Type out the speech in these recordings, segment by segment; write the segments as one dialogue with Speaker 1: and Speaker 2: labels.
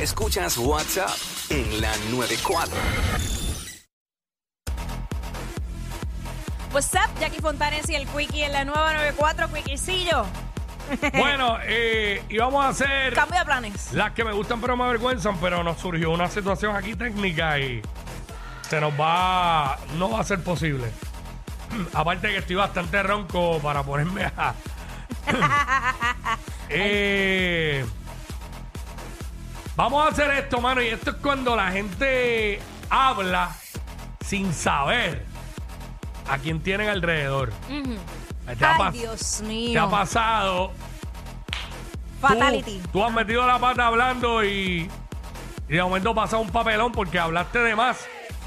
Speaker 1: Escuchas WhatsApp en la 94.
Speaker 2: What's up, Jackie Fontanes y el Quickie en la nueva 94, Quickiecillo.
Speaker 3: Bueno, eh, y vamos a hacer
Speaker 2: Cambio de planes.
Speaker 3: las que me gustan pero me avergüenzan, pero nos surgió una situación aquí técnica y se nos va, no va a ser posible. Aparte que estoy bastante ronco para ponerme a... Eh, vamos a hacer esto, mano, y esto es cuando la gente habla sin saber a quién tienen alrededor. ¿Te ha pas-
Speaker 2: Ay, Dios
Speaker 3: ¿Te ha
Speaker 2: mío.
Speaker 3: pasado?
Speaker 2: Fatality.
Speaker 3: Tú, tú has metido la pata hablando y, y de momento pasa un papelón porque hablaste de más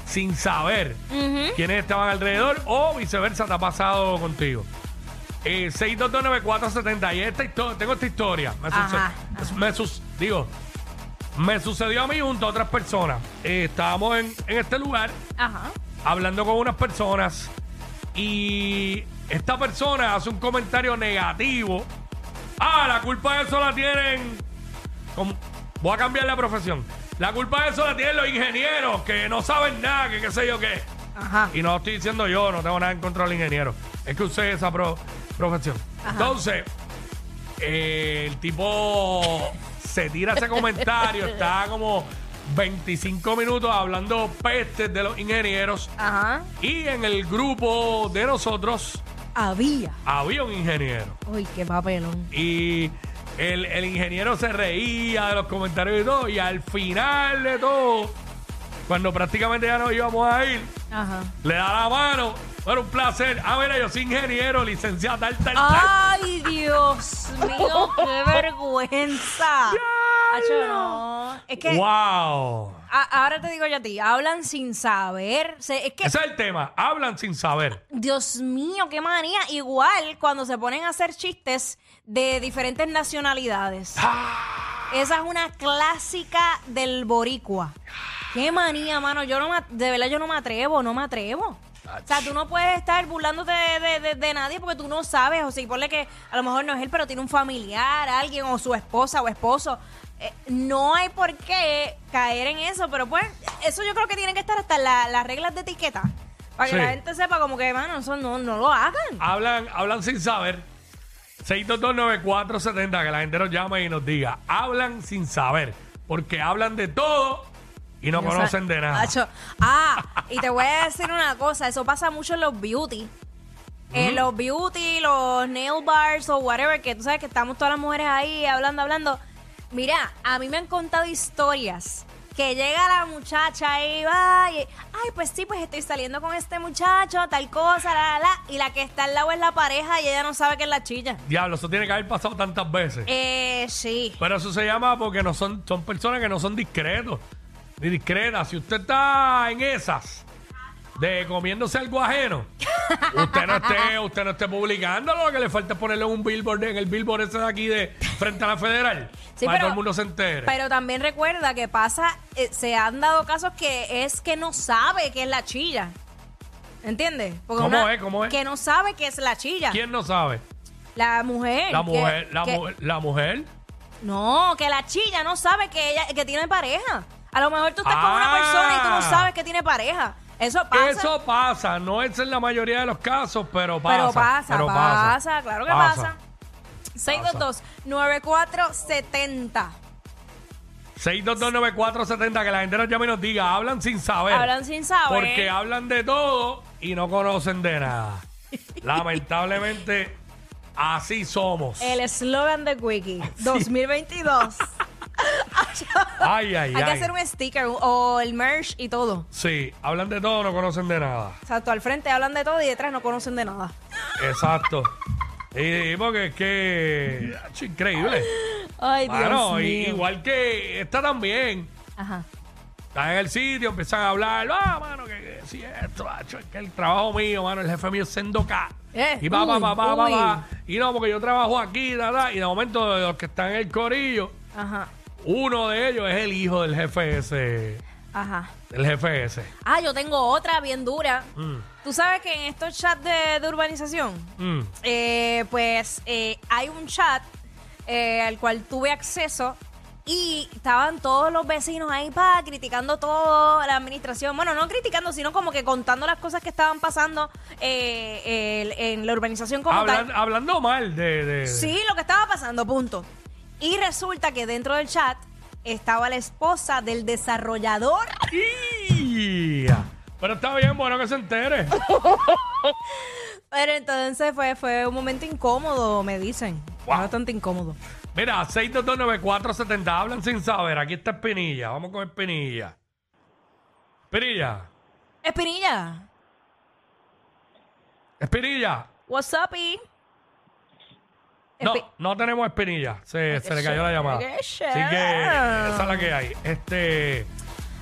Speaker 3: sin saber quiénes estaban alrededor o viceversa te ha pasado contigo. Eh, 6229470 y esta histo- tengo esta historia. Me,
Speaker 2: Ajá,
Speaker 3: suce- me sus- digo, me sucedió a mí junto a otras personas. Eh, estábamos en, en este lugar
Speaker 2: Ajá.
Speaker 3: hablando con unas personas y esta persona hace un comentario negativo. Ah, la culpa de eso la tienen. com- Voy a cambiar la profesión. La culpa de eso la tienen los ingenieros que no saben nada, que qué sé yo qué.
Speaker 2: Ajá.
Speaker 3: Y no lo estoy diciendo yo, no tengo nada en contra del ingeniero. Es que usé esa pro- profesión. Entonces, eh, el tipo se tira ese comentario, está como 25 minutos hablando pestes de los ingenieros.
Speaker 2: Ajá.
Speaker 3: Y en el grupo de nosotros
Speaker 2: Había.
Speaker 3: había un ingeniero.
Speaker 2: Uy, qué papelón.
Speaker 3: Y el, el ingeniero se reía de los comentarios y todo. Y al final de todo, cuando prácticamente ya nos íbamos a ir,
Speaker 2: Ajá.
Speaker 3: le da la mano. Bueno, un placer. Ah, mira, yo soy ingeniero, licenciado, tal, tal, tal.
Speaker 2: Ay, Dios mío, qué vergüenza. Acho, no. Es que
Speaker 3: ¡Wow!
Speaker 2: a- ahora te digo yo a ti, hablan sin saber. Se- es que,
Speaker 3: Ese es el tema. Hablan sin saber.
Speaker 2: Dios mío, qué manía. Igual cuando se ponen a hacer chistes de diferentes nacionalidades. Esa es una clásica del boricua. Qué manía, mano. Yo no me- de verdad yo no me atrevo, no me atrevo. O sea, tú no puedes estar burlándote de, de- de- de nadie porque tú no sabes. O sea, y ponle que a lo mejor no es él, pero tiene un familiar, alguien, o su esposa o esposo. Eh, no hay por qué caer en eso, pero pues, eso yo creo que tienen que estar hasta en la- las reglas de etiqueta. Para que
Speaker 3: Sí.
Speaker 2: la gente sepa como que, mano, eso no, no lo hagan.
Speaker 3: Hablan, hablan sin saber. 6229470, que la gente nos llame y nos diga. Hablan sin saber. Porque hablan de todo y no conocen de nada.
Speaker 2: Acho. Ah, y te voy a decir una cosa, eso pasa mucho en los beauty. En los beauty, los nail bars o whatever, que tú sabes que estamos todas las mujeres ahí hablando, hablando. Mira, a mí me han contado historias que llega la muchacha y va y, ay, pues sí, pues estoy saliendo con este muchacho, tal cosa, la, la, la, y la que está al lado es la pareja y ella no sabe que es la chilla.
Speaker 3: Diablo, eso tiene que haber pasado tantas veces.
Speaker 2: Eh, sí.
Speaker 3: Pero eso se llama porque no son, son personas que no son discretos. Ni discretas. Si usted está en esas de comiéndose algo ajeno, usted no esté, usted no esté publicándolo, lo que le falta es ponerle un billboard en el billboard ese de aquí de frente a la federal.
Speaker 2: Sí, pero-
Speaker 3: para que todo el mundo se entere.
Speaker 2: Pero también recuerda que pasa, eh, se han dado casos que es que no sabe que es la chilla. ¿Entiendes? Porque
Speaker 3: ¿Cómo es? ¿Cómo es?
Speaker 2: Que no sabe que es la chilla.
Speaker 3: ¿Quién no sabe?
Speaker 2: La mujer.
Speaker 3: La
Speaker 2: que-
Speaker 3: mujer, la
Speaker 2: que-
Speaker 3: mujer, la mujer.
Speaker 2: No, que la chilla no sabe que ella que tiene pareja. A lo mejor tú estás con una
Speaker 3: Ah.
Speaker 2: persona y tú no sabes que tiene pareja. Eso pasa.
Speaker 3: Eso pasa, no es en la mayoría de los casos, pero pasa.
Speaker 2: pero pasa,
Speaker 3: pero
Speaker 2: pasa, claro que pasa. 622-9470.
Speaker 3: 6229470, que la gente nos llame y nos diga, hablan sin saber.
Speaker 2: Hablan sin saber.
Speaker 3: Porque hablan de todo y no conocen de nada. Lamentablemente, así somos.
Speaker 2: El eslogan de Quickie 2022.
Speaker 3: Ay, ay,
Speaker 2: Hay que
Speaker 3: ay.
Speaker 2: hacer un sticker o el merch y todo.
Speaker 3: Sí, hablan de todo, no conocen de nada.
Speaker 2: Exacto, al frente hablan de todo y detrás no conocen de nada.
Speaker 3: Exacto. Y porque es que. ach, Increíble.
Speaker 2: Ay, Dios
Speaker 3: Bueno,
Speaker 2: mío.
Speaker 3: y- igual que esta también.
Speaker 2: Ajá.
Speaker 3: Están en el sitio, empiezan a hablar. Ah, mano, que, que si esto, acho, es que el trabajo mío, mano, el jefe mío es sendoca.
Speaker 2: Eh,
Speaker 3: y va, va,
Speaker 2: uy,
Speaker 3: va, va, va,
Speaker 2: uy.
Speaker 3: va. Y no, porque yo trabajo aquí, da, da. Y de momento, de los que están en el corillo,
Speaker 2: Ajá.
Speaker 3: uno de ellos es el hijo del jefe ese.
Speaker 2: Ajá.
Speaker 3: Del jefe ese.
Speaker 2: Ah, yo tengo otra bien dura.
Speaker 3: Mm,
Speaker 2: Tú sabes que en estos chats de, de urbanización,
Speaker 3: mm.
Speaker 2: eh, pues eh, hay un chat eh, al cual tuve acceso y estaban todos los vecinos ahí pa, criticando todo, la administración. Bueno, no criticando, sino como que contando las cosas que estaban pasando eh, el- en la urbanización como
Speaker 3: Hablan-
Speaker 2: tal.
Speaker 3: hablando mal de. de- de-
Speaker 2: Sí, lo que estaba pasando, punto. Y resulta que dentro del chat estaba la esposa del desarrollador
Speaker 3: ¡Ya! Pero está bien, bueno que se entere.
Speaker 2: Pero entonces fue, fue un momento incómodo, me dicen.
Speaker 3: Wow.
Speaker 2: Bastante incómodo.
Speaker 3: Mira, 6229470, hablan sin saber. Aquí está Espinilla, vamos con Espinilla. Espinilla,
Speaker 2: Espinilla,
Speaker 3: Espinilla.
Speaker 2: what's up, y?
Speaker 3: No,
Speaker 2: Espi-
Speaker 3: no tenemos Espinilla, se, se le cayó la llamada.
Speaker 2: qué
Speaker 3: Así que
Speaker 2: chévere.
Speaker 3: esa es la que hay. Este,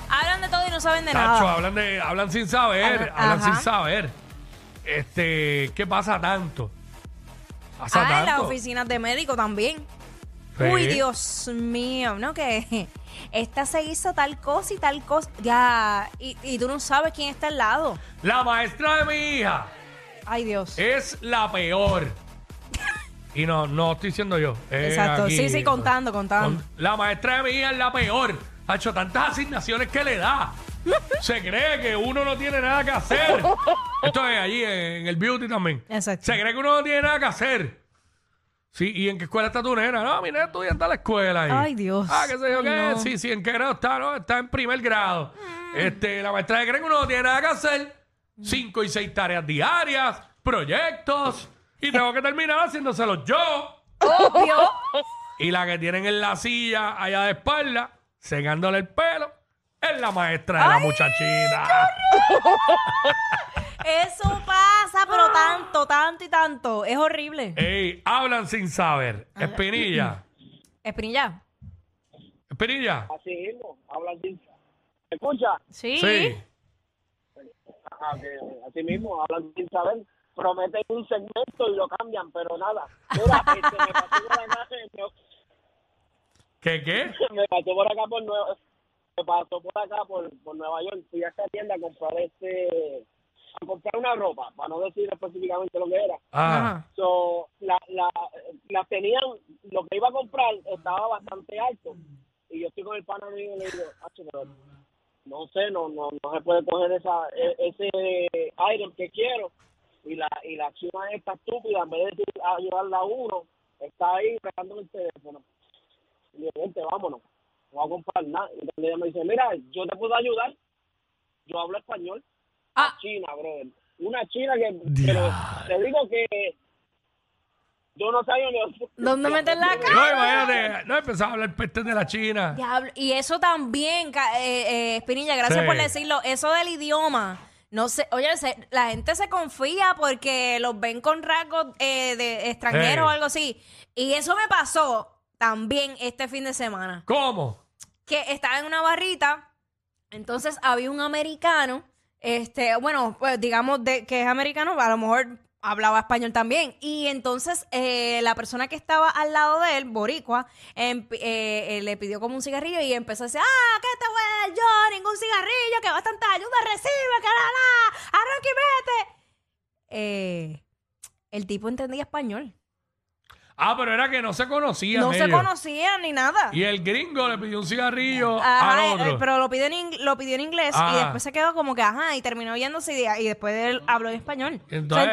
Speaker 2: Hablan de todo y no saben de
Speaker 3: Tacho,
Speaker 2: nada.
Speaker 3: hablan, de, hablan sin saber,
Speaker 2: Ajá,
Speaker 3: hablan sin
Speaker 2: Ah, ajá.
Speaker 3: saber. Este, ¿qué pasa tanto? Pasa
Speaker 2: Ah, en las
Speaker 3: tanto.
Speaker 2: oficinas de médico también.
Speaker 3: Sí.
Speaker 2: Uy, Dios mío, ¿no? Que esta se hizo tal cosa y tal cosa. Ya, y, y tú no sabes quién está al lado.
Speaker 3: La maestra de mi hija.
Speaker 2: Ay, Dios.
Speaker 3: es la peor. Y no, no estoy diciendo yo. eh, es
Speaker 2: Exacto. Sí, sí, contando, contando.
Speaker 3: la maestra de mi hija es la peor. Ha hecho tantas asignaciones que le da. Se cree que uno no tiene nada que hacer. Esto es allí en el beauty también.
Speaker 2: Exacto.
Speaker 3: Se cree que uno no tiene nada que hacer. Sí, ¿y en qué escuela está tu nena? No, mi nena estudia en tal escuela. ahí.
Speaker 2: Ay, Dios.
Speaker 3: Ah, qué sé yo
Speaker 2: Ay,
Speaker 3: qué.
Speaker 2: no.
Speaker 3: Sí, sí, ¿en qué grado está? No, está en primer grado. Este, la maestra cree que uno no tiene nada que hacer. Cinco y seis tareas diarias, proyectos. Y tengo que terminar haciéndoselo yo.
Speaker 2: Obvio.
Speaker 3: Y la que tienen en la silla, allá de espalda, secándole el pelo, es la maestra de la muchachita.
Speaker 2: Eso pasa, pero tanto, tanto y tanto. Es horrible.
Speaker 3: Ey, hablan sin saber. Espinilla.
Speaker 2: Espinilla.
Speaker 3: Espinilla.
Speaker 4: Así mismo, habla así. ¿Me escucha?
Speaker 3: Sí.
Speaker 4: Ajá, que así mismo, hablan sin saber. Prometen un segmento y lo cambian, pero nada. Mira, este, me pasó por acá, me,
Speaker 3: ¿Qué qué?
Speaker 4: me pasó por acá por Nueva, me pasó por acá por, por Nueva York. Fui a esta tienda a comprar este, a comprar una ropa, para no decir específicamente lo que era.
Speaker 3: Ah,
Speaker 4: So, la, la, la tenían, lo que iba a comprar estaba bastante alto. Y yo estoy con el pana mío y le digo, "Acho, pero no sé, no, no, no se puede coger esa, e- ese item que quiero. Y la, y la china está estúpida, en vez de decir, ayudarla a uno, está ahí pegándome el teléfono. Y yo, vente, vámonos, no voy a comprar nada. Y entonces ella me dice, mira, yo te puedo ayudar, yo hablo español.
Speaker 2: Ah.
Speaker 4: China, brother. Una china que, pero
Speaker 3: Diablo.
Speaker 4: te digo que yo no sabía ni-
Speaker 2: ¿Dónde meter la cara?
Speaker 3: No, imagínate, no empezaba a hablar peste de la China.
Speaker 2: Diablo. Y eso también, ca- eh, eh, Espinilla, gracias
Speaker 3: Sí.
Speaker 2: por decirlo. Eso del idioma. No sé, oye, se- la gente se confía porque los ven con rasgos eh, de extranjeros o
Speaker 3: Sí.
Speaker 2: algo así. Y eso me pasó también este fin de semana.
Speaker 3: ¿Cómo?
Speaker 2: que estaba en una barrita, entonces había un americano, este, bueno, pues, digamos de, que es americano, a lo mejor hablaba español también, y entonces eh, la persona que estaba al lado de él, boricua, em- eh, eh, le pidió como un cigarrillo y empezó a decir, ah, ¿qué te voy a dar yo? Ningún cigarrillo, que bastante ayuda recibe, que la la, arranca y vete. Eh, el tipo entendía español.
Speaker 3: Ah, pero era que no se conocían.
Speaker 2: No se
Speaker 3: ellos.
Speaker 2: conocían ni nada.
Speaker 3: Y el gringo le pidió un cigarrillo
Speaker 2: Ajá,
Speaker 3: al otro.
Speaker 2: eh, pero lo pidió en, ing- lo pidió en inglés
Speaker 3: Ajá.
Speaker 2: y después se quedó como que, ajá, y terminó yéndose y, de- y después él habló en español.
Speaker 3: Entonces-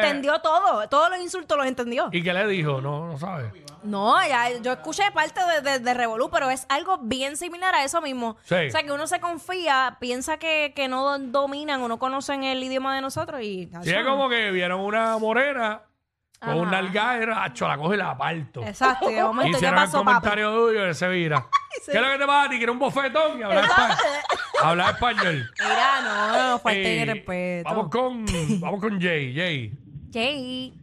Speaker 2: se entendió todo, todos los insultos los entendió.
Speaker 3: ¿Y qué le dijo? No, no sabe.
Speaker 2: No, ya, yo escuché parte de, de, de Revolú, pero es algo bien similar a eso mismo.
Speaker 3: Sí.
Speaker 2: O sea, que uno se confía, piensa que, que no dominan o no conocen el idioma de nosotros y...
Speaker 3: Sí, es como que vieron una morena con
Speaker 2: Ajá.
Speaker 3: un nalgadera, acho, la coge y la aparto.
Speaker 2: Exacto, y de
Speaker 3: Y
Speaker 2: momento ya
Speaker 3: Hicieron el
Speaker 2: pasó, papi.
Speaker 3: comentario tuyo y se vira.
Speaker 2: sí.
Speaker 3: ¿Qué es lo que te pasa a ti? ¿Quieres un bofetón y hablar, espa- hablar español?
Speaker 2: Mira, no, no, falta
Speaker 3: Eh,
Speaker 2: de respeto.
Speaker 3: Vamos con, vamos con Jay, Jay.
Speaker 2: Jay.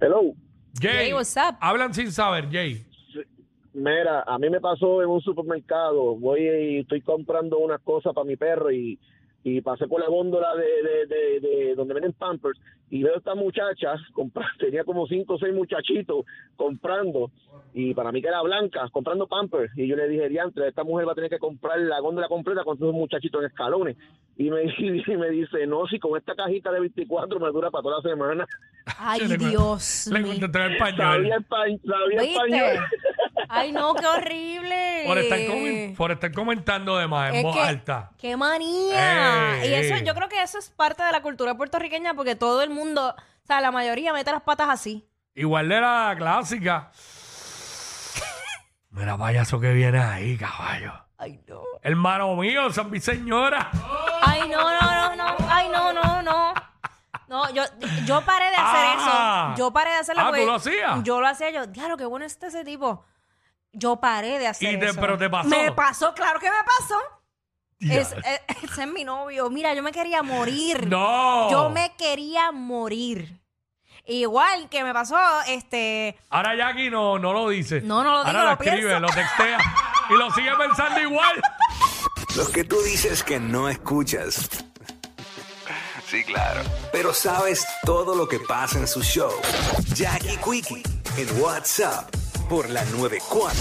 Speaker 4: Hello.
Speaker 3: Jay,
Speaker 2: Jay, what's up?
Speaker 3: Hablan sin saber, Jay.
Speaker 4: Mira, a mí me pasó en un supermercado, voy y estoy comprando unas cosas para mi perro y, y pasé por la góndola de, de- de- de donde venden Pampers y veo a esta muchacha, compra- tenía como cinco o seis muchachitos comprando y para mí que era blanca, comprando Pampers y yo le dije, diantre, esta mujer va a tener que comprar la góndola completa con todos los muchachitos en escalones y me, y me dice, no, si con esta cajita de 24 me dura para toda la semana.
Speaker 2: Ay,
Speaker 3: Sí, le cu-
Speaker 2: Dios
Speaker 3: Le
Speaker 2: mío.
Speaker 3: contestó en
Speaker 4: Sabía,
Speaker 3: español.
Speaker 4: espa- sabía
Speaker 2: ¿Viste?
Speaker 4: español.
Speaker 2: Ay, no, qué horrible.
Speaker 3: Por estar, comen- por estar comentando de más en
Speaker 2: Este, Es
Speaker 3: voz
Speaker 2: que-
Speaker 3: alta. Eh.
Speaker 2: ¡Qué manía!
Speaker 3: Ey,
Speaker 2: y eso,
Speaker 3: ey.
Speaker 2: yo creo que eso es parte de la cultura puertorriqueña porque todo el mundo, o sea, la mayoría mete las patas así.
Speaker 3: Igual de la clásica. Mira, payaso que viene ahí, caballo.
Speaker 2: Ay, no.
Speaker 3: Hermano mío, San Viseñora.
Speaker 2: Ay, no, no, no, no. Ay, no, no, no. No, yo, yo paré de hacer
Speaker 3: Ah.
Speaker 2: eso. Yo paré de hacerlo.
Speaker 3: Ah, ¿tú
Speaker 2: porque
Speaker 3: lo hacías?
Speaker 2: Yo lo hacía yo. Diablo, qué bueno está ese tipo. Yo paré de hacer
Speaker 3: Y te-
Speaker 2: eso.
Speaker 3: pero te pasó.
Speaker 2: Me pasó, claro que me pasó. Es-
Speaker 3: Diablo.
Speaker 2: eh, ese es mi novio. Mira, yo me quería morir.
Speaker 3: No.
Speaker 2: Yo me quería morir. Igual que me pasó, este.
Speaker 3: Ahora Jackie no, no lo dice.
Speaker 2: No, no lo digo,
Speaker 3: Ahora
Speaker 2: lo
Speaker 3: escribe,
Speaker 2: pienso.
Speaker 3: lo textea y lo sigue pensando igual.
Speaker 1: Los que tú dices que no escuchas. Sí, claro. Pero sabes todo lo que pasa en su show. Jackie Quickie en WhatsApp por la 94.